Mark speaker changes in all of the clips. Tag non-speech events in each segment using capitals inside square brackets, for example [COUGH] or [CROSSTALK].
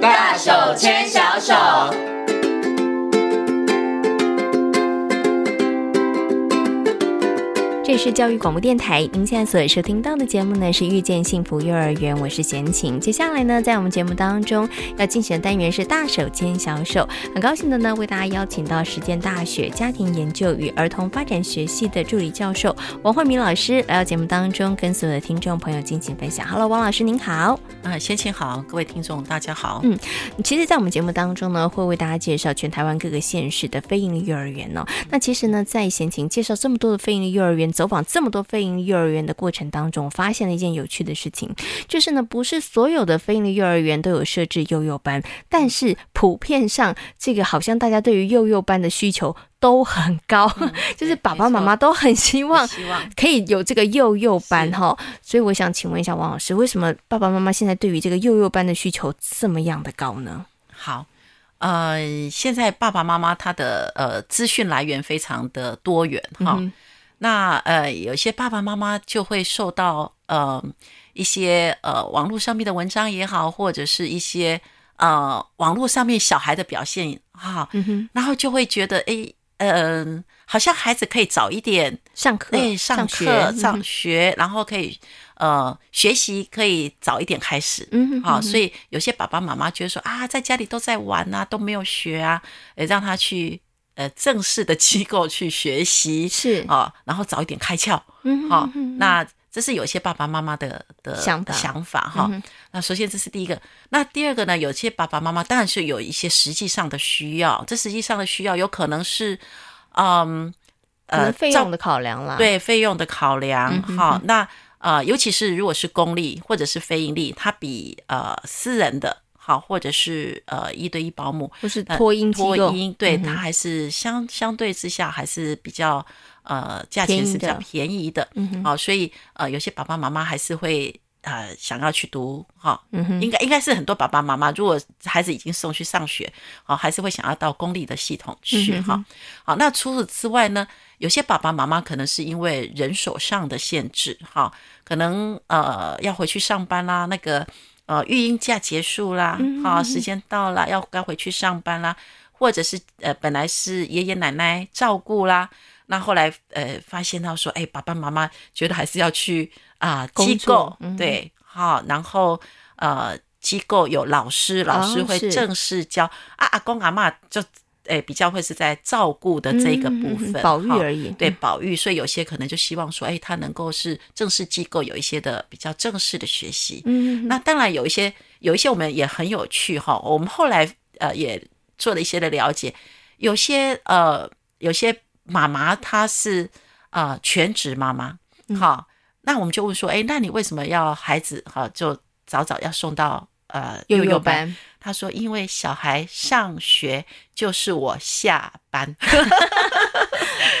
Speaker 1: 大手牵小手。
Speaker 2: 这里是教育广播电台，您现在所收听到的节目呢是《遇见幸福幼儿园》，我是贤琴。接下来呢，在我们节目当中要进行的单元是“大手牵小手”，很高兴的呢为大家邀请到实践大学家庭研究与儿童发展学系的助理教授王慧敏老师来到节目当中，跟所有的听众朋友进行分享。Hello，王老师您好。
Speaker 3: 啊，先请好，各位听众大家好。
Speaker 2: 嗯其实，在我们节目当中呢，会为大家介绍全台湾各个县市的非营利幼儿园哦。那其实呢，在闲情介绍这么多的非营利幼儿园，走访这么多非营利幼儿园的过程当中，我发现了一件有趣的事情，就是呢，不是所有的非营利幼儿园都有设置幼幼班，但是普遍上，这个好像大家对于幼幼班的需求都很高， [LAUGHS] 就是爸爸妈妈都很希望
Speaker 3: 希望
Speaker 2: 可以有这个幼幼班
Speaker 3: 是
Speaker 2: 哈、所以我想请问一下王老师，为什么爸爸妈妈现在对于这个幼幼班的需求这么样的高呢？
Speaker 3: 好。呃，现在爸爸妈妈他的呃资讯来源非常的多元哈、
Speaker 2: 嗯
Speaker 3: 那呃有些爸爸妈妈就会受到呃一些呃网络上面的文章也好，或者是一些呃网络上面小孩的表现啊，
Speaker 2: 嗯哼，
Speaker 3: 然后就会觉得诶，嗯、好像孩子可以早一点
Speaker 2: 嗯上课、
Speaker 3: 对，哎上
Speaker 2: 学
Speaker 3: 课、
Speaker 2: 嗯
Speaker 3: 上学，然后可以呃学习可以早一点开始。
Speaker 2: 嗯哼，
Speaker 3: 好、所
Speaker 2: 以
Speaker 3: 以有些爸爸妈妈觉得说啊，在家里都在玩啊，都没有学啊，呃，让他去呃正式的机构去学习
Speaker 2: 是
Speaker 3: 啊、然后早一点开窍。
Speaker 2: 嗯
Speaker 3: 好、
Speaker 2: 哼嗯哼
Speaker 3: 那这是有些爸爸妈妈的的
Speaker 2: 想法
Speaker 3: 想法哈、
Speaker 2: 嗯哼
Speaker 3: 那首先这是第一个，那第二个呢？有些爸爸妈妈当然是有一些实际上的需要，这实际上的需要有可能是，嗯，
Speaker 2: 可能
Speaker 3: 呃，
Speaker 2: 费
Speaker 3: 照
Speaker 2: 用的考量啦，，
Speaker 3: 对费用的考量
Speaker 2: 嗯，哼
Speaker 3: 好、那呃，尤其是如果是公立或者是非盈利，它比呃私人的好，或者是呃一对一保姆
Speaker 2: 或是
Speaker 3: 呃
Speaker 2: 托婴机
Speaker 3: 托
Speaker 2: 构
Speaker 3: 婴，对、
Speaker 2: 嗯哼
Speaker 3: 它还是相相对之下还是比较呃价钱
Speaker 2: 便宜
Speaker 3: 是比较
Speaker 2: 的
Speaker 3: 便宜的，
Speaker 2: 嗯哼
Speaker 3: 好、所以呃有些爸爸妈妈还是会呃想要去读哈、
Speaker 2: 嗯
Speaker 3: 应
Speaker 2: 哼，
Speaker 3: 该应该是很多爸爸妈妈，如果孩子已经送去上学，好、还是会想要到公立的系统去
Speaker 2: 嗯哼
Speaker 3: 哈。好、那除此之外呢，有些爸爸妈妈可能是因为人手上的限制，哈、可能呃要回去上班啦，那个呃育婴假结束啦，
Speaker 2: 嗯
Speaker 3: 好、
Speaker 2: 嗯
Speaker 3: 时间到啦，要该回去上班啦，或者是呃本来是爷爷奶奶照顾啦，那后来呃发现到说，哎，爸爸妈妈觉得还是要去啊、
Speaker 2: 工
Speaker 3: 机
Speaker 2: 作
Speaker 3: 构，
Speaker 2: 嗯
Speaker 3: 对，好，然后呃机构有老师，老师
Speaker 2: 哦
Speaker 3: 会
Speaker 2: 是
Speaker 3: 正式教、啊阿公阿妈就。哎，比较会是在照顾的这个
Speaker 2: 嗯
Speaker 3: 部
Speaker 2: 嗯嗯
Speaker 3: 分，
Speaker 2: 保育
Speaker 3: 好
Speaker 2: 而已，
Speaker 3: 对保育，所以有些可能就希望说，哎，他能够是正式机构有一些的比较正式的学习。
Speaker 2: 嗯，嗯，
Speaker 3: 那当然有一些有一些我们也很有趣哈，我们后来呃也做了一些的了解，有些呃有些妈妈她是呃全职妈妈，好，那我们就问说，哎，那你为什么要孩子哈就早早要送到呃
Speaker 2: 幼
Speaker 3: 幼
Speaker 2: 幼
Speaker 3: 班？
Speaker 2: 班，
Speaker 3: 他说：“因为小孩上学就是我下班。”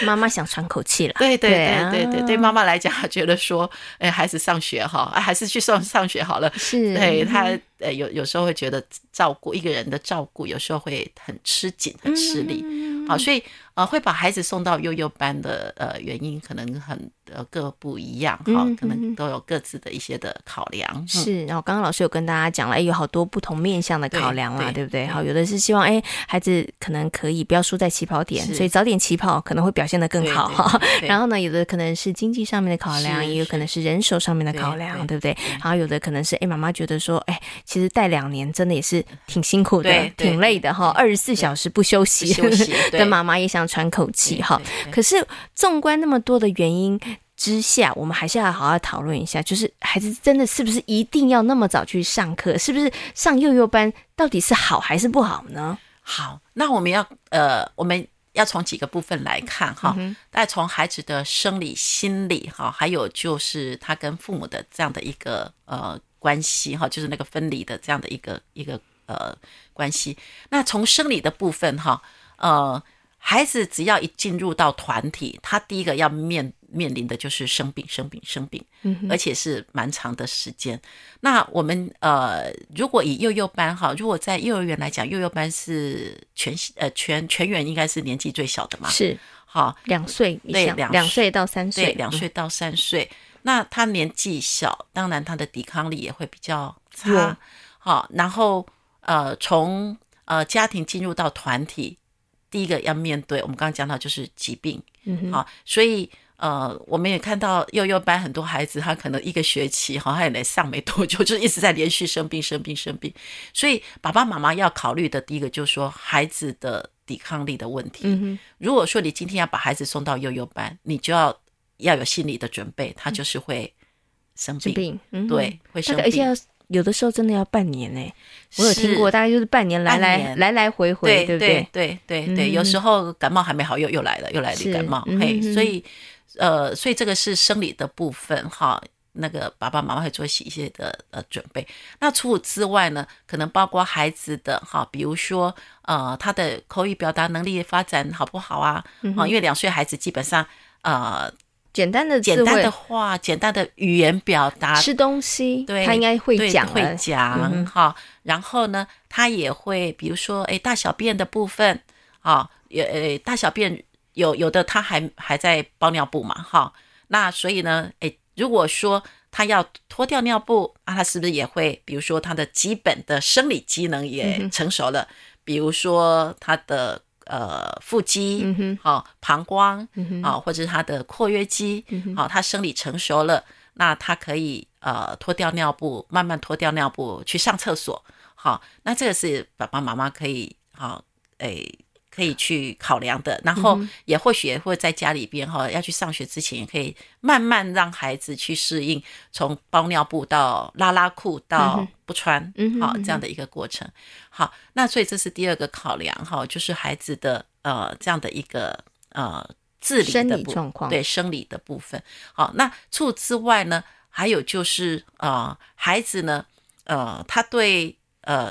Speaker 2: 妈妈想喘口
Speaker 3: [LAUGHS]
Speaker 2: 气啦，
Speaker 3: 对对
Speaker 2: 对
Speaker 3: 对
Speaker 2: 啊
Speaker 3: 对对，对妈妈来讲，她觉得说，哎，孩子上学哈，啊还是去上上学好了。
Speaker 2: 是，嗯
Speaker 3: 对他，呃，有有时候会觉得照顾一个人的照顾，有时候会很吃紧、很吃力。
Speaker 2: 嗯
Speaker 3: 好，所以呃，会把孩子送到幼幼班的呃原因，可能很呃各不一样哈
Speaker 2: 嗯，
Speaker 3: 可
Speaker 2: 嗯嗯
Speaker 3: 能都有各自的一些的考量。嗯
Speaker 2: 是，然后刚刚老师有跟大家讲了，哎，有好多不同面向的考量
Speaker 3: 对
Speaker 2: 啦，对
Speaker 3: 对嗯
Speaker 2: 不对？好，有的是希望，哎，孩子可能可以不要输在起跑点，
Speaker 3: 是
Speaker 2: 所以早点起跑可能会表现得更
Speaker 3: 对
Speaker 2: 好
Speaker 3: 对
Speaker 2: 哈。
Speaker 3: 对
Speaker 2: 然后呢，有的可能是经济上面的考量，
Speaker 3: 是
Speaker 2: 也有可能是人手上面的考量，
Speaker 3: 对
Speaker 2: 对不对？然后有的可能是，哎，妈妈觉得说，哎，其实带两年真的也是挺辛苦的
Speaker 3: 对，对
Speaker 2: 挺累的哈，二十四小时不休息，
Speaker 3: 休
Speaker 2: [LAUGHS]
Speaker 3: 息对
Speaker 2: 的妈妈也想喘口气
Speaker 3: 对
Speaker 2: 哈。
Speaker 3: 对对
Speaker 2: 可是纵观那么多的原因之下，我们还是要好好讨论一下，就是孩子真的是不是一定要那么早去上课？是不是上幼幼班到底是好还是不好呢？
Speaker 3: 好，那我们要呃，我们要从几个部分来看哈
Speaker 2: 嗯哼，
Speaker 3: 再、从孩子的生理、心理哈，还有就是他跟父母的这样的一个呃关系哈，就是那个分离的这样的一个一个呃关系。那从生理的部分哈，呃，孩子只要一进入到团体，他第一个要面面临的就是生病、生病、生病，
Speaker 2: 嗯哼
Speaker 3: 而且是蛮长的时间。那我们呃，如果以幼幼班哈，如果在幼儿园来讲，幼幼班是全呃全全员应该是年纪最小的嘛，
Speaker 2: 是
Speaker 3: 好，
Speaker 2: 两岁以
Speaker 3: 对
Speaker 2: 上，
Speaker 3: 两
Speaker 2: 两岁到三岁，嗯
Speaker 3: 对，两岁到三岁，那他年纪小，当然他的抵抗力也会比较
Speaker 2: 弱
Speaker 3: 差，好，然后。呃，从呃家庭进入到团体，第一个要面对我们刚刚讲到就是疾病，
Speaker 2: 嗯哼，
Speaker 3: 好、所以呃，我们也看到幼幼班很多孩子，他可能一个学期哈，他也来上没多久， [LAUGHS] 就是一直在连续生病、生病、生病。所以爸爸妈妈要考虑的第一个就是说孩子的抵抗力的问题。
Speaker 2: 嗯哼，
Speaker 3: 如果说你今天要把孩子送到幼幼班，你就要要有心理的准备，他就是会生
Speaker 2: 生
Speaker 3: 病，
Speaker 2: 病，嗯哼，
Speaker 3: 对，会
Speaker 2: 大
Speaker 3: 生
Speaker 2: 概而且
Speaker 3: 病。
Speaker 2: 要有的时候真的要半年呢、我有听
Speaker 3: 是
Speaker 2: 过，大概就是半年来
Speaker 3: 半
Speaker 2: 来
Speaker 3: 年
Speaker 2: 来来回回，
Speaker 3: 对
Speaker 2: 不
Speaker 3: 对？对对对，有时候感冒还没好，又又来了，又来了一
Speaker 2: 是
Speaker 3: 个感冒，
Speaker 2: 嗯
Speaker 3: 嘿
Speaker 2: 哼，哼
Speaker 3: 所以呃，所以这个是生理的部分哈。那个爸爸妈妈会做一些的呃准备。那除此之外呢，可能包括孩子的哈，比如说呃他的口语表达能力发展好不好啊？啊、因为两岁孩子基本上呃
Speaker 2: 简单的
Speaker 3: 简
Speaker 2: 智
Speaker 3: 单
Speaker 2: 慧
Speaker 3: 的话、简单的语言表达，
Speaker 2: 吃东西，
Speaker 3: 对，
Speaker 2: 他应该会
Speaker 3: 对
Speaker 2: 讲啊了嗯
Speaker 3: 会讲哈、然后呢，他也会，比如说，哎，大小便的部分，啊，也呃，大小便有有的他还还在包尿布嘛，哈。那所以呢，哎，如果说他要脱掉尿布，啊，他是不是也会，比如说他的基本的生理机能
Speaker 2: 嗯
Speaker 3: 也成熟了，比如说他的呃腹肌，
Speaker 2: 嗯哼
Speaker 3: 好、膀胱，啊、
Speaker 2: 嗯哼嗯
Speaker 3: 或者是他的括约肌，好、
Speaker 2: 哼
Speaker 3: 他生理成熟了，那他可以呃脱掉尿布，慢慢脱掉尿布去上厕所，好、那这个是爸爸妈妈可以，好、诶、可以去考量的，然后
Speaker 2: 嗯
Speaker 3: 也或许也会在家里边哈、要去上学之前，也可以慢慢让孩子去适应，从包尿布到拉拉裤
Speaker 2: 嗯
Speaker 3: 到
Speaker 2: 哼
Speaker 3: 不穿，
Speaker 2: 嗯哼
Speaker 3: 好、
Speaker 2: 嗯哼
Speaker 3: 这样的一个过程。好，那所以这是第二个考量哈，就是孩子的呃这样的一个呃自理
Speaker 2: 生
Speaker 3: 的
Speaker 2: 理
Speaker 3: 部
Speaker 2: 状况
Speaker 3: 对生理的部分。好，那除此之外呢，还有就是呃孩子呢，呃他对呃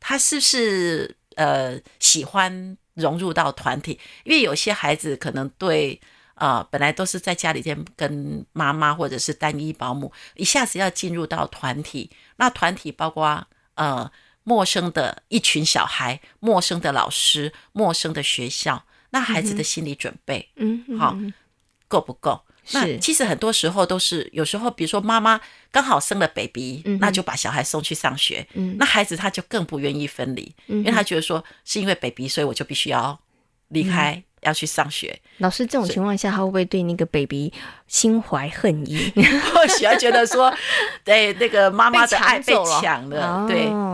Speaker 3: 他是不是呃喜欢融入到团体？因为有些孩子可能对。呃，本来都是在家里边跟妈妈或者是单一保姆，一下子要进入到团体，那团体包括呃陌生的一群小孩、陌生的老师、陌生的学校，那孩子的心理准备
Speaker 2: 嗯哼，
Speaker 3: 好
Speaker 2: 嗯
Speaker 3: 够不够？
Speaker 2: 是
Speaker 3: 那其实很多时候都是，有时候比如说妈妈刚好生了 baby，、
Speaker 2: 嗯哼
Speaker 3: 那就把小孩送去上学，
Speaker 2: 嗯
Speaker 3: 那孩子他就更不愿意分离，因为他觉得说是因为 baby，所以我就必须要离开，
Speaker 2: 嗯
Speaker 3: 要去上学。
Speaker 2: 老师这种情况下，他会不会对那个 baby 心怀恨意？
Speaker 3: 或许他觉得
Speaker 2: [LAUGHS]
Speaker 3: 说，对那个妈妈的爱
Speaker 2: 被
Speaker 3: 被
Speaker 2: 抢走了
Speaker 3: 抢了，
Speaker 2: 哦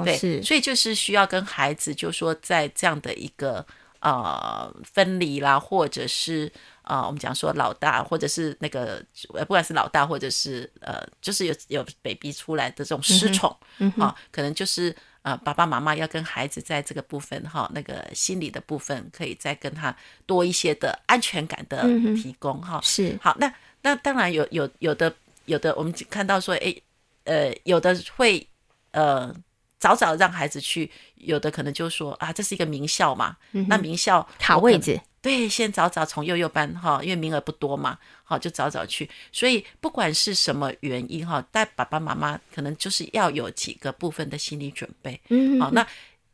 Speaker 3: 对
Speaker 2: 是
Speaker 3: 对，所以就是需要跟孩子就说在这样的一个呃分离啦，或者是呃我们讲说老大或者是那个呃不管是老大或者是呃就是有有 baby 出来的这种失宠，
Speaker 2: 嗯
Speaker 3: 啊、可能就是呃爸爸妈妈要跟孩子在这个部分哈、那个心理的部分可以再跟他多一些的安全感的
Speaker 2: 嗯哼
Speaker 3: 提供哈、[LAUGHS]
Speaker 2: 是，
Speaker 3: 好，那那当然有有有的有的，我们看到说，诶，呃，有的会呃早早让孩子去，有的可能就说啊，这是一个名校嘛，那名校
Speaker 2: 嗯卡
Speaker 3: 我可
Speaker 2: 位
Speaker 3: 能
Speaker 2: 置，
Speaker 3: 对，先早早从幼幼班哈，因为名额不多嘛，好就早早去。所以不管是什么原因哈，但爸爸妈妈可能就是要有几个部分的心理准备。
Speaker 2: 嗯
Speaker 3: 好，那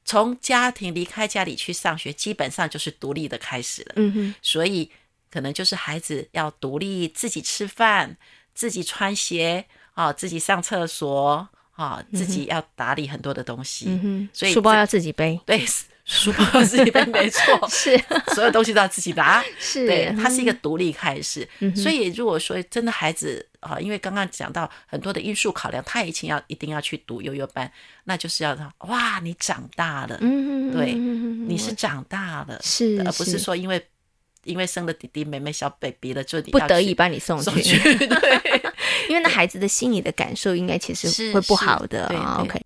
Speaker 3: 从家庭离开家里去上学，基本上就是独立的开始了。
Speaker 2: 嗯哼，
Speaker 3: 所以可能就是孩子要独立自己吃饭、自己穿鞋啊、自己上厕所啊、自己要打理很多的东西。
Speaker 2: 嗯哼，
Speaker 3: 所以
Speaker 2: 书包
Speaker 3: 这
Speaker 2: 要自己背，，
Speaker 3: [LAUGHS] 对书包自己背没错
Speaker 2: [LAUGHS]
Speaker 3: [LAUGHS]
Speaker 2: 是
Speaker 3: 所有东西都要自己拿。
Speaker 2: 是，嗯
Speaker 3: 对，它是一个独立开始。所以如果说真的孩子啊，因为刚刚讲到很多的因素考量，他以前要一定要去读幼幼班，那就是要他哇，你长大了，
Speaker 2: 嗯，嗯，嗯
Speaker 3: 对
Speaker 2: 嗯嗯嗯
Speaker 3: 你是长大了，
Speaker 2: 是，
Speaker 3: 而不是说因为因为生了弟弟妹妹小 baby 了，就你
Speaker 2: 不
Speaker 3: 要
Speaker 2: 得
Speaker 3: 去
Speaker 2: 已把你送
Speaker 3: 送
Speaker 2: 去
Speaker 3: 去，，
Speaker 2: [LAUGHS]
Speaker 3: 对，
Speaker 2: 因为那孩子的心理的感受应该其实
Speaker 3: 是
Speaker 2: 会不
Speaker 3: 是
Speaker 2: 好的
Speaker 3: 对
Speaker 2: 啊。
Speaker 3: 对
Speaker 2: OK，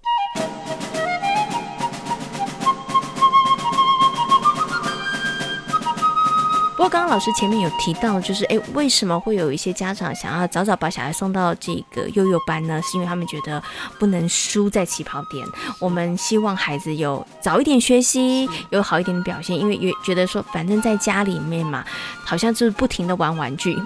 Speaker 2: 不过，刚刚老师前面有提到，就是诶，为什么会有一些家长想要早早把小孩送到这个幼幼班呢？是因为他们觉得不能输在起跑点，我们希望孩子有早一点学习，有好一点的表现，因为也觉得说，反正在家里面嘛，好像就是不停的玩玩
Speaker 3: [LAUGHS]
Speaker 2: 具，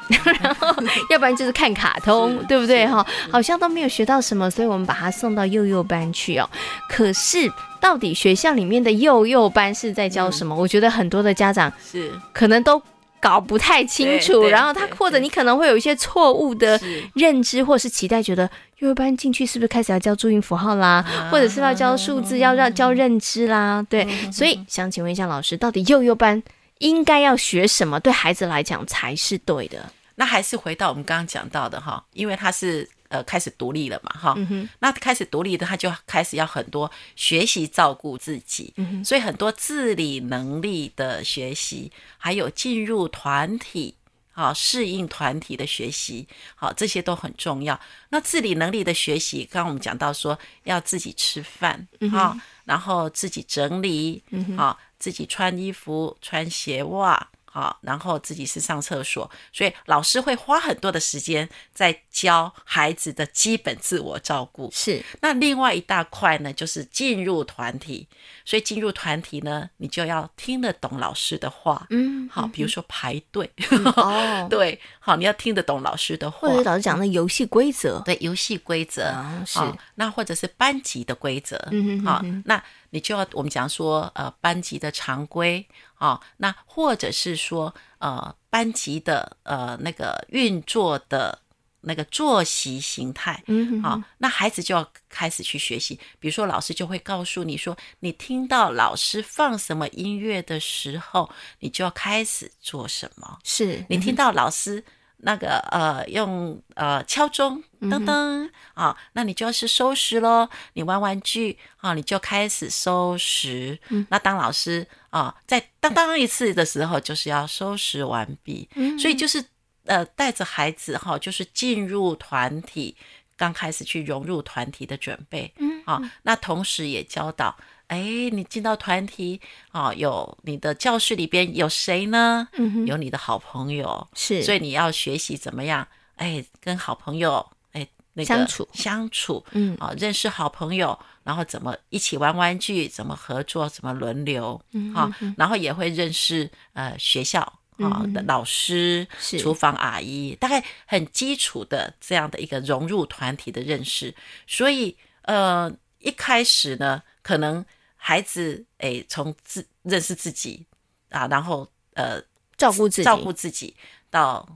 Speaker 2: 然后要不然就是看卡通，
Speaker 3: 是
Speaker 2: 对不对
Speaker 3: 是
Speaker 2: 哈？好像都没有学到什么，所以我们把他送到幼幼班去哦。可是到
Speaker 3: 嗯
Speaker 2: 底学校里面的幼幼班是在教什么？我觉得很多的家长
Speaker 3: 是
Speaker 2: 可能都搞不太清
Speaker 3: 对
Speaker 2: 楚，
Speaker 3: 对
Speaker 2: 然后他
Speaker 3: 对
Speaker 2: 或者
Speaker 3: 对
Speaker 2: 你可能会有一些错误的
Speaker 3: 是
Speaker 2: 认知或是期待，觉得幼儿班进去是不是开始要教注音符号啦，
Speaker 3: 啊
Speaker 2: 或者是要教数字，要让教认知啦？
Speaker 3: 嗯
Speaker 2: 对，所以想请问一下老师，到底幼幼班应该要学什么，对孩子来讲才是对的？
Speaker 3: 那还是回到我们刚刚讲到的哈，因为他是呃开始独立了嘛哈，
Speaker 2: 嗯
Speaker 3: 那开始独立的他就开始要很多学习照顾自己，
Speaker 2: 嗯
Speaker 3: 所以很多自理能力的学习，还有进入团体。好，适应团体的学习，好，这些都很重要。那自理能力的学习，刚刚我们讲到说要自己吃饭，好、然后自己整理，好、自己穿衣服、穿鞋袜，好，然后自己是上厕所，所以老师会花很多的时间在教孩子的基本自我照顾。
Speaker 2: 是
Speaker 3: 那另外一大块呢，就是进入团体。所以进入团体呢，你就要听得懂老师的话。
Speaker 2: 嗯，
Speaker 3: 好，比如说排队，
Speaker 2: 哦，
Speaker 3: 嗯 [LAUGHS] 对，好，你要听得懂老师的话
Speaker 2: 或。者老师讲的游戏规则，
Speaker 3: 对游戏规则
Speaker 2: 啊是
Speaker 3: 好那或者是班级的规则，
Speaker 2: 嗯哼
Speaker 3: 哦好、那你就要我们讲说呃班级的常规啊、哦那或者是说呃班级的呃那个运作的那个作息形态，
Speaker 2: 嗯，
Speaker 3: 好、那孩子就要开始去学习。比如说，老师就会告诉你说，你听到老师放什么音乐的时候，你就要开始做什么。
Speaker 2: 是
Speaker 3: 你听到老师那个呃用呃敲钟噔噔啊，那你就要是收拾喽。你玩玩具啊，你就开始收拾。那当老师啊在当当一次的时候，就是要收拾完毕。
Speaker 2: 嗯
Speaker 3: 所以就是呃带着孩子哈、就是进入团体，刚开始去融入团体的准备。嗯啊，那同时也教导。哎，你进到团体啊、有你的教室里边有谁呢？
Speaker 2: 嗯哼
Speaker 3: 有你的好朋友，
Speaker 2: 是，
Speaker 3: 所以你要学习怎么样，哎，跟好朋友，哎，那个
Speaker 2: 相处
Speaker 3: 相处，
Speaker 2: 嗯
Speaker 3: 啊，认识好朋友，然后怎么一起玩玩具，怎么合作，怎么轮流，
Speaker 2: 嗯
Speaker 3: 啊，然后也会认识呃学校。啊的老师
Speaker 2: 是、
Speaker 3: 厨房阿姨，大概很基础的这样的一个融入团体的认识，所以呃，一开始呢，可能孩子哎从自认识自己啊，然后呃
Speaker 2: 照顾自己，
Speaker 3: 照顾自己，到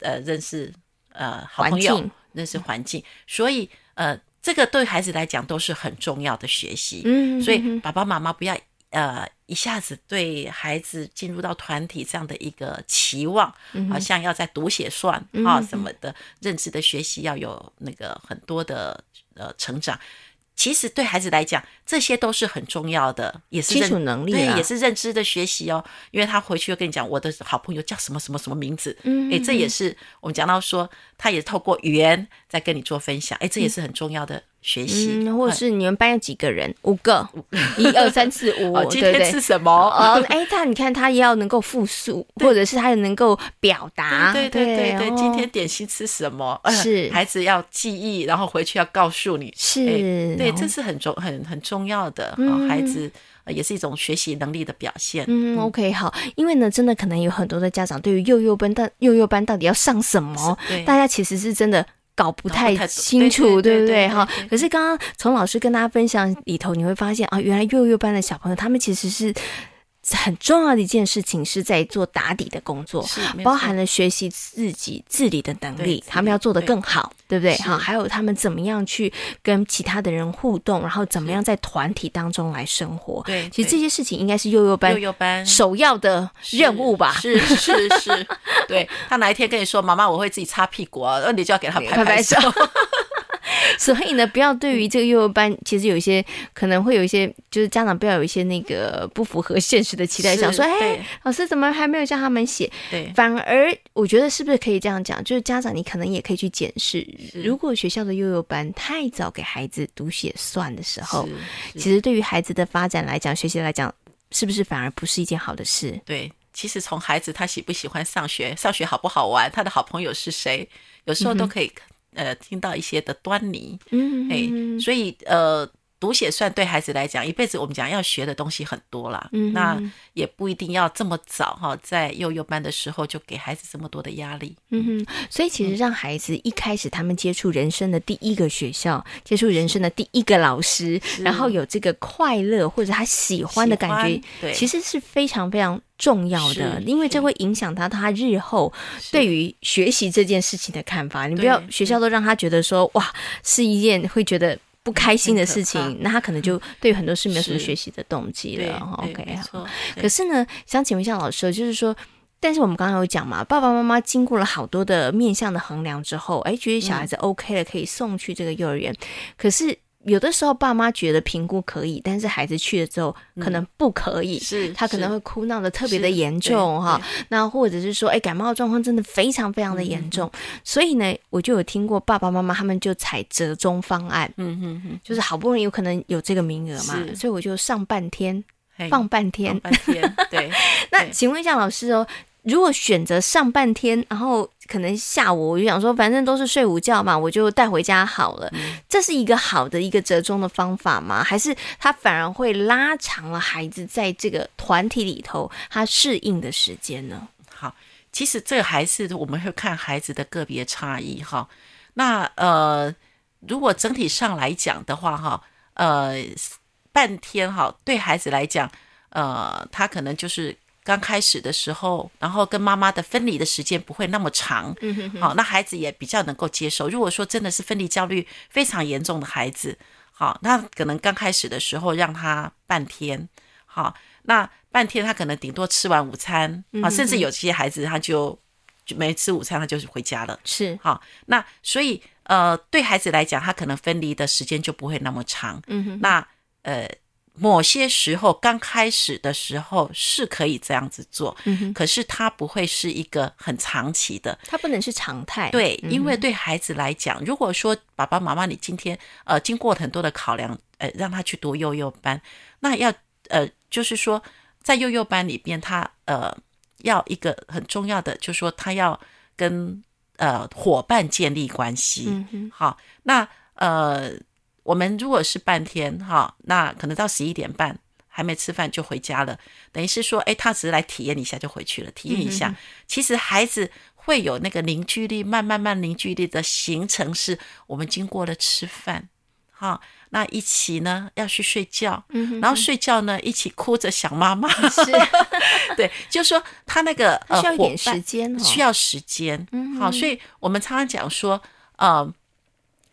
Speaker 3: 呃认识呃好朋
Speaker 2: 环
Speaker 3: 友
Speaker 2: 境，
Speaker 3: 认识环境，所以呃这个对孩子来讲都是很重要的学习。
Speaker 2: 嗯，
Speaker 3: 所
Speaker 2: 嗯
Speaker 3: 以爸爸妈妈不要呃一下子对孩子进入到团体这样的一个期望，
Speaker 2: 嗯
Speaker 3: 好像要在读写算啊什么的认知的学习要有那个很多的呃成长。其实对孩子来讲，这些都是很重要的，也是
Speaker 2: 基
Speaker 3: 认
Speaker 2: 础能力啊
Speaker 3: 对，
Speaker 2: 啦
Speaker 3: 也是认知的学习哦。因为他回去又跟你讲，我的好朋友叫什么什么什么名字，
Speaker 2: 嗯
Speaker 3: 哎，这也是我们讲到说，他也透过语言在跟你做分享，哎，这也是很重要的学习，呃
Speaker 2: 嗯，或者是你们班有几个人？五个，一二三四
Speaker 3: [LAUGHS]
Speaker 2: 五
Speaker 3: 哦，，今
Speaker 2: 对不
Speaker 3: 天
Speaker 2: 对
Speaker 3: 吃？什么？
Speaker 2: [LAUGHS] 哦，哎，他你看他也要能够复述，或者是他也能够表达，
Speaker 3: 对对对对，
Speaker 2: 哦
Speaker 3: 今天点心吃什么？ [LAUGHS]
Speaker 2: 是
Speaker 3: 孩子要记忆，然后回去要告诉你。
Speaker 2: 是
Speaker 3: 对，
Speaker 2: 哦
Speaker 3: 这是很重很很重要的。哦、孩子、呃也是一种学习能力的表现。
Speaker 2: 嗯，OK，好，因为呢，真的可能有很多的家长对于幼幼班，但幼幼班到底要上什么，
Speaker 3: 对
Speaker 2: 大家其实是真的。搞不太
Speaker 3: 搞不太
Speaker 2: 清
Speaker 3: 对对
Speaker 2: 楚，对不
Speaker 3: 对
Speaker 2: 对？
Speaker 3: 对对
Speaker 2: 哈
Speaker 3: 对，对
Speaker 2: 可是刚刚从老师跟大家分享里头，你会发现啊，原来幼幼班的小朋友他们其实是很重要的一件事情，是在做打底的工作。
Speaker 3: 是没有
Speaker 2: 包
Speaker 3: 错
Speaker 2: 含了学习自己自理的能
Speaker 3: 对
Speaker 2: 力
Speaker 3: 自，
Speaker 2: 他们要
Speaker 3: 理
Speaker 2: 做得
Speaker 3: 对
Speaker 2: 更好，对不对？
Speaker 3: 是
Speaker 2: 好，还有他们怎么样去跟其他的人互动，然后怎么样在团体当中来生活。
Speaker 3: 对
Speaker 2: 其实
Speaker 3: 对
Speaker 2: 这些事情应该是幼幼班
Speaker 3: 幼幼班
Speaker 2: 首要的任务吧。
Speaker 3: 是是是是，对他哪一天跟你说，妈妈我会自己擦屁股啊，那你就要给他拍
Speaker 2: 拍拍
Speaker 3: 手。
Speaker 2: 所以呢，不要对
Speaker 3: 嗯
Speaker 2: 于这个幼儿班，其实有一些可能会有一些，就是家长不要有一些那个不符合现实的期待，
Speaker 3: 是
Speaker 2: 想说，哎
Speaker 3: 对，
Speaker 2: 老师怎么还没有叫他们写？
Speaker 3: [LAUGHS] 对
Speaker 2: 反而我觉得是不是可以这样讲，就是家长你可能也可以去检视，如果学校的幼幼班太早给孩子读写算的时候，
Speaker 3: 是
Speaker 2: 其实对于孩子的发展来讲，学习来讲，是不是反而不是一件好的事？
Speaker 3: 对，其实从孩子他喜不喜欢上学，上学好不好玩，他的好朋友是谁，有时候都可以、呃听到一些的端倪。
Speaker 2: 嗯
Speaker 3: 哎，所以呃，读读写算对孩子来讲，一辈子我们讲要学的东西很多啦。
Speaker 2: 嗯哼
Speaker 3: 那也不一定要这么早哈，在幼幼班的时候就给孩子这么多的压力。
Speaker 2: 嗯哼，所以其实让孩子一开始他们接触人生的第一个学校，接触人生的第一个老师，然后有这个快乐或者他喜欢的感
Speaker 3: 喜
Speaker 2: 觉
Speaker 3: 欢，对
Speaker 2: 其实是非常非常重要的，
Speaker 3: 是
Speaker 2: 因为这会影响他他日后对于学习这件事情的看法。你不
Speaker 3: 对嗯
Speaker 2: 要学校都让他觉得说哇是一件会觉得。不开心的
Speaker 3: 嗯
Speaker 2: 事
Speaker 3: 很
Speaker 2: 情，那他可能就对很多事没有什么
Speaker 3: 是
Speaker 2: 学习的动机
Speaker 3: 对
Speaker 2: 了。
Speaker 3: 对
Speaker 2: OK，
Speaker 3: 没
Speaker 2: 好
Speaker 3: 错。
Speaker 2: 可是呢，想请问一下老师，就是说，但是我们刚刚有讲嘛，爸爸妈妈经过了好多的面向的衡量之后，哎，觉得小
Speaker 3: 嗯
Speaker 2: 孩子 OK 了，可以送去这个幼儿园。可是有的时候爸妈觉得评估可以，但是孩子去了之后可能不可以，
Speaker 3: 是
Speaker 2: 他可能
Speaker 3: 是
Speaker 2: 会哭闹的特别的
Speaker 3: 嗯是
Speaker 2: 严重
Speaker 3: 对
Speaker 2: 哈
Speaker 3: 对。
Speaker 2: 那或者是说，哎，感冒的状况真的非常非常
Speaker 3: 嗯
Speaker 2: 的严重。所以呢，我就有听过爸爸妈妈他们就采折中方案，
Speaker 3: 嗯嗯嗯，
Speaker 2: 就是好不容易有可能有这个名额嘛，
Speaker 3: 是
Speaker 2: 所以我就上半天
Speaker 3: 嘿
Speaker 2: 放半天
Speaker 3: 放。半天，对，
Speaker 2: 那
Speaker 3: 对
Speaker 2: 请问一下老师哦，如果选择上半天，然后可能下午我就想说，反正都是睡午觉嘛，我就带回家好了。
Speaker 3: 嗯
Speaker 2: 这是一个好的一个折中的方法吗？还是它反而会拉长了孩子在这个团体里头他适应的时间呢？
Speaker 3: 好，其实这还是我们会看孩子的个别差异哈。那呃，如果整体上来讲的话哈，呃，半天哈，对孩子来讲，呃，他可能就是刚开始的时候，然后跟妈妈的分离的时间不会那么长，嗯哼好，那孩子也比较能够接受。如果说真的是分离焦虑非常严重的孩子，好，那可能刚开始的时候让他半天，好，那半天他可能顶多吃完午餐，啊，甚至有些孩子他就就没吃午餐，他就是回家了。
Speaker 2: 是，
Speaker 3: 好，那所以呃，对孩子来讲，他可能分离的时间就不会那么长。
Speaker 2: 嗯哼，
Speaker 3: 那呃，某些时候刚开始的时候是可以这样子做，
Speaker 2: 嗯哼，
Speaker 3: 可是它不会是一个很长期的。
Speaker 2: 它不能是常态。
Speaker 3: 对，
Speaker 2: 嗯
Speaker 3: 因
Speaker 2: [LAUGHS]
Speaker 3: 为对孩子来讲，如果说爸爸妈妈你今天呃经过很多的考量，呃让他去读幼幼班，那要呃就是说在幼幼班里边，他呃要一个很重要的，就是说他要跟呃伙伴建立关系。
Speaker 2: 嗯哼，
Speaker 3: 好，那呃，我们如果是半天哈，那可能到十一点半还没吃饭就回家了，等于是说，哎，他只是来体验一下就回去了，体验一
Speaker 2: 嗯
Speaker 3: 下。其实孩子会有那个凝聚力，慢慢慢凝聚力的形成，是我们经过了吃饭，哈，那一起呢要去睡觉，
Speaker 2: 嗯哼，
Speaker 3: 然后睡觉呢一起哭着想妈 [LAUGHS] 妈，
Speaker 2: 是
Speaker 3: 对，就是说他那个
Speaker 2: 它
Speaker 3: 呃
Speaker 2: 需要一
Speaker 3: 伙
Speaker 2: 点
Speaker 3: 伴
Speaker 2: 时间哦，
Speaker 3: 需要时间。
Speaker 2: 嗯
Speaker 3: 好，所以我们常常讲说，呃，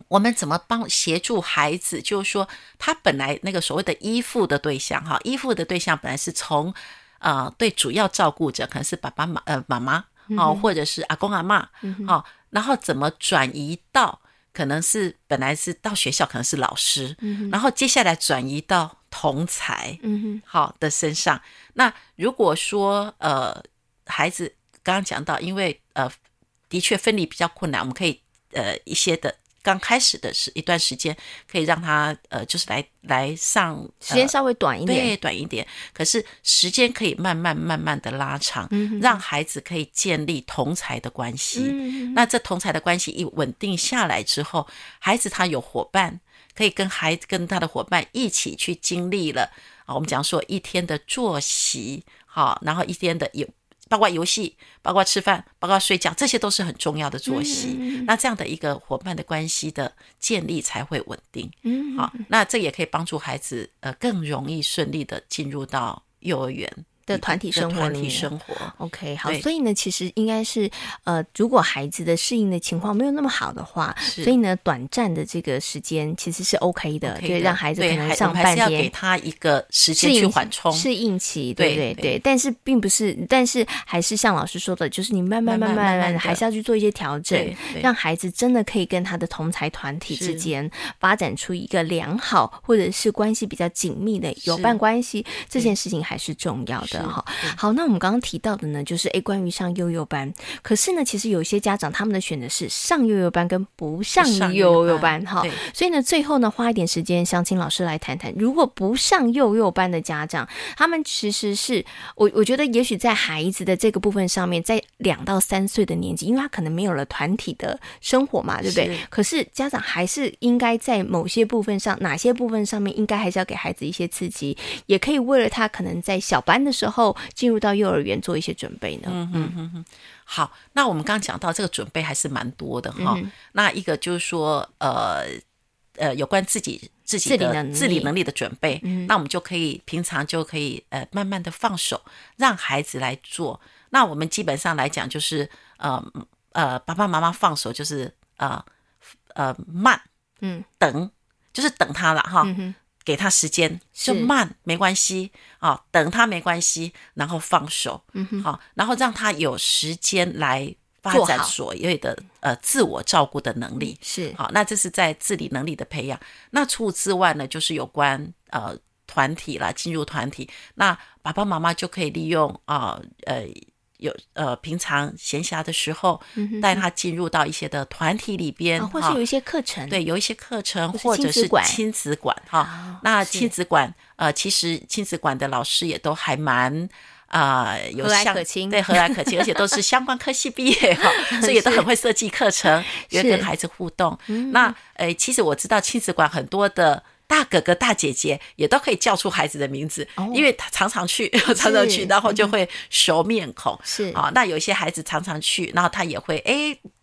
Speaker 3: 我们怎么帮协助孩子，就是说他本来那个所谓的依附的对象，哈，依附的对象本来是从呃对主要照顾者，可能是爸爸妈呃妈妈
Speaker 2: 嗯
Speaker 3: 哦，或者是阿公阿妈哦，然后怎么转移到可能是本来是到学校，可能是老师，然后接下来转移到同才，
Speaker 2: 嗯哼，
Speaker 3: 好的身上。那如果说呃，孩子刚刚讲到，因为呃，的确分离比较困难，我们可以呃一些的刚开始的是一段时间，可以让他呃就是来来上、呃、
Speaker 2: 时间稍微短一点，
Speaker 3: 对短一点，可是时间可以慢慢慢慢的拉长，
Speaker 2: 嗯哼
Speaker 3: 让孩子可以建立同才的关系。
Speaker 2: 嗯，
Speaker 3: 那这同才的关系一稳定下来之后，孩子他有伙伴，可以跟孩跟他的伙伴一起去经历了啊，我们讲说一天的作息，好，然后一天的有包括游戏，包括吃饭，包括睡觉，这些都是很重要的作息。
Speaker 2: 嗯
Speaker 3: 那这样的一个伙伴的关系的建立才会稳定。
Speaker 2: 嗯，
Speaker 3: 好，那这也可以帮助孩子呃更容易顺利的进入到幼儿园
Speaker 2: 的团体
Speaker 3: 的
Speaker 2: 生活
Speaker 3: 团
Speaker 2: 里
Speaker 3: 体
Speaker 2: 面。
Speaker 3: 生活。
Speaker 2: OK，好，
Speaker 3: 对
Speaker 2: 所以呢，其实应该是，呃，如果孩子的适应的情况没有那么好的话，
Speaker 3: 是
Speaker 2: 所以呢，短暂的这个时间其实是 OK 的，
Speaker 3: OK 的
Speaker 2: 对，让孩子
Speaker 3: 对
Speaker 2: 可能
Speaker 3: 还
Speaker 2: 上
Speaker 3: 我们还
Speaker 2: 半
Speaker 3: 是要给
Speaker 2: 天
Speaker 3: 他一个时
Speaker 2: 适
Speaker 3: 间
Speaker 2: 应
Speaker 3: 去缓冲，
Speaker 2: 适应期，对对
Speaker 3: 对
Speaker 2: 对，但是并不是，但是还是像老师说的，就是你慢慢
Speaker 3: 慢慢
Speaker 2: 慢慢
Speaker 3: 慢慢
Speaker 2: 慢，
Speaker 3: 地
Speaker 2: 还是要去做一些调整
Speaker 3: 对，对
Speaker 2: 让孩子真的可以跟他的同才团体
Speaker 3: 是
Speaker 2: 之间发展出一个良好或者是关系比较紧密的友伴
Speaker 3: 是
Speaker 2: 关系，这件事情还是重要的哈。好，那我们刚刚提到的呢，就是诶，关于上幼幼班，可是呢，其实有一些家长他们的选择是上幼幼班跟不上幼幼班哈。
Speaker 3: 对
Speaker 2: 所以呢，最后呢，花一点时间，想请老师来谈谈，如果不上幼幼班的家长，他们其实是我我觉得，也许在孩子的这个部分上面，在两到三岁的年纪，因为他可能没有了团体的生活嘛，对不对
Speaker 3: 是？
Speaker 2: 可是家长还是应该在某些部分上，哪些部分上面，应该还是要给孩子一些刺激，也可以为了他可能在小班的时候进入到幼儿园做一些准备呢。
Speaker 3: 嗯好，那我们刚刚讲到这个准备还是蛮多的哈。
Speaker 2: 嗯
Speaker 3: 那一个就是说，呃呃，有关自己自己
Speaker 2: 自理
Speaker 3: 的
Speaker 2: 能力嗯
Speaker 3: 自理能力的准备，那我们就可以平常就可以呃慢慢的放手，让孩子来做。那我们基本上来讲就是呃呃，爸爸妈妈放手就是呃呃慢
Speaker 2: 嗯
Speaker 3: 等，就是等他了哈。
Speaker 2: 嗯哼，
Speaker 3: 给他时间，就是慢没关系啊、等他没关系，然后放手，
Speaker 2: 嗯哼
Speaker 3: 好、然后让他有时间来发
Speaker 2: 做
Speaker 3: 展
Speaker 2: 好
Speaker 3: 所谓的呃自我照顾的能力。
Speaker 2: 是
Speaker 3: 好，那这是在自理能力的培养。那除此之外呢，就是有关呃团体啦，进入团体，那爸爸妈妈就可以利用啊呃有呃平常闲暇的时候，
Speaker 2: 嗯
Speaker 3: 带他进入到一些的团体里边，
Speaker 2: 啊，或
Speaker 3: 哈
Speaker 2: 是有一些课程，
Speaker 3: 对，有一些课程
Speaker 2: 或是
Speaker 3: 或
Speaker 2: 亲
Speaker 3: 者
Speaker 2: 子
Speaker 3: 是
Speaker 2: 馆
Speaker 3: 亲子馆哦哈、
Speaker 2: 啊
Speaker 3: 那
Speaker 2: 是
Speaker 3: 亲子馆呃，其实亲子馆的老师也都还蛮。啊、有
Speaker 2: 和蔼
Speaker 3: 相
Speaker 2: 可亲
Speaker 3: 对和蔼可亲，而且都是相关科系毕
Speaker 2: [LAUGHS]
Speaker 3: 业哈、所以也都很会设计课程，也会
Speaker 2: 是嗯
Speaker 3: 跟孩子互动。那呃，其实我知道亲子馆很多的大哥哥、大姐姐也都可以叫出孩子的名字，
Speaker 2: 哦
Speaker 3: 因为他常常去， [LAUGHS] 常常
Speaker 2: 是
Speaker 3: 去，然后就会熟面孔。
Speaker 2: 是
Speaker 3: 啊、那有一些孩子常常去，然后他也会哎，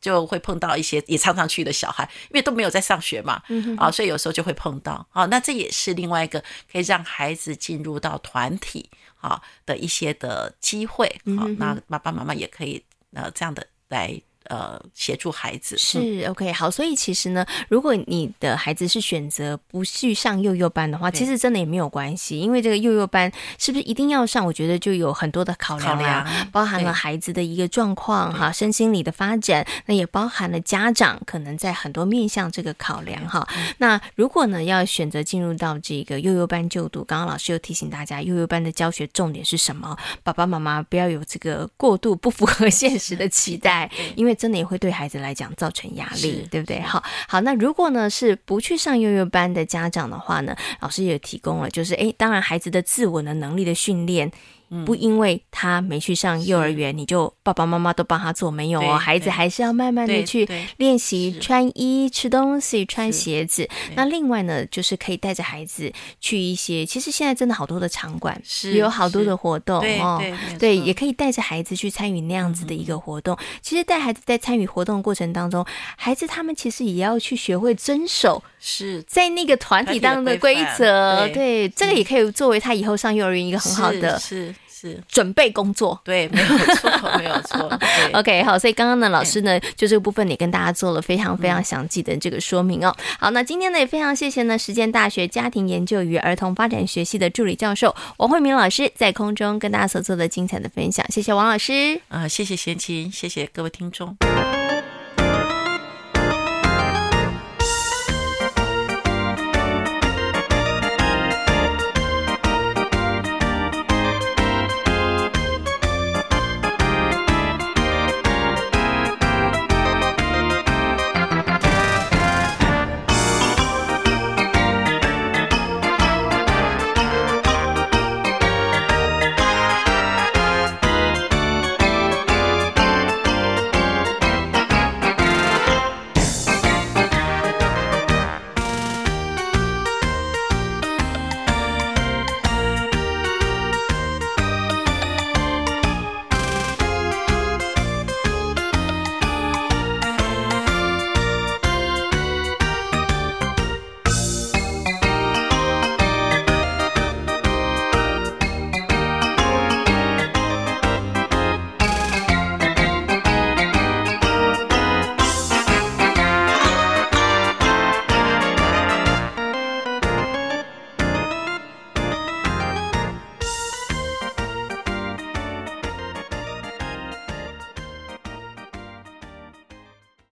Speaker 3: 就会碰到一些也常常去的小孩，因为都没有在上学嘛，
Speaker 2: 嗯
Speaker 3: 啊，所以有时候就会碰到。啊，那这也是另外一个可以让孩子进入到团体啊的一些的机会。
Speaker 2: 嗯
Speaker 3: 好、那爸爸妈妈也可以呃这样的来呃协助孩子。嗯
Speaker 2: 是 OK 好，所以其实呢，如果你的孩子是选择不去上幼幼班的话，
Speaker 3: 对
Speaker 2: 其实真的也没有关系，因为这个幼幼班是不是一定要上，我觉得就有很多的考量
Speaker 3: 考
Speaker 2: 啦，
Speaker 3: 量
Speaker 2: 包含了
Speaker 3: 对
Speaker 2: 孩子的一个状况哈，身心理的发展，那也包含了家长可能在很多面向这个考量哈。那如果呢要选择进入到这个幼幼班就读，刚刚老师又提醒大家，幼幼班的教学重点是什么？爸爸妈妈不要有这个过度不符合现实的期
Speaker 3: [LAUGHS]
Speaker 2: 待，因为真的也会对孩子来讲造成压力
Speaker 3: 是，
Speaker 2: 对不对？好，好，那如果呢是不去上幼幼班的家长的话呢，老师也提供了，就是诶，当然孩子的自我的能力的训练。
Speaker 3: 嗯
Speaker 2: 不因为他没去上幼儿园，你就爸爸妈妈都帮他做没有
Speaker 3: 对
Speaker 2: 哦，孩子
Speaker 3: 对
Speaker 2: 还是要慢慢的
Speaker 3: 对
Speaker 2: 去
Speaker 3: 对
Speaker 2: 练习
Speaker 3: 是
Speaker 2: 穿衣、吃东西、穿
Speaker 3: 是
Speaker 2: 鞋子。那另外呢，就是可以带着孩子去一些，其实现在真的好多的场馆，
Speaker 3: 是
Speaker 2: 也有好多
Speaker 3: 是
Speaker 2: 的活动
Speaker 3: 对
Speaker 2: 哦。
Speaker 3: 对没
Speaker 2: 对，
Speaker 3: 错嗯
Speaker 2: 也可以带着孩子去参与那样子的一个活动。其实带孩子在参与活动过程当中，孩子他们其实也要去学会遵守
Speaker 3: 是
Speaker 2: 在那个团体当中的规
Speaker 3: 团体的
Speaker 2: 则。
Speaker 3: 规范
Speaker 2: 对，这个也可以作为他以后上幼儿园一个 [LAUGHS] 很好
Speaker 3: 是
Speaker 2: 的
Speaker 3: 是是，
Speaker 2: 准备工作。
Speaker 3: 对，没有错，没有
Speaker 2: [LAUGHS]
Speaker 3: 错，对。
Speaker 2: OK，好，所以刚刚呢，老师呢就这个部分也跟大家做了非常非常详细的这个说明哦。好，那今天呢也非常谢谢呢实践大学家庭研究与儿童发展学系的助理教授王慧明老师在空中跟大家所做的精彩的分享，谢谢王老师。
Speaker 3: 呃啊、谢谢贤琴，谢谢各位听众。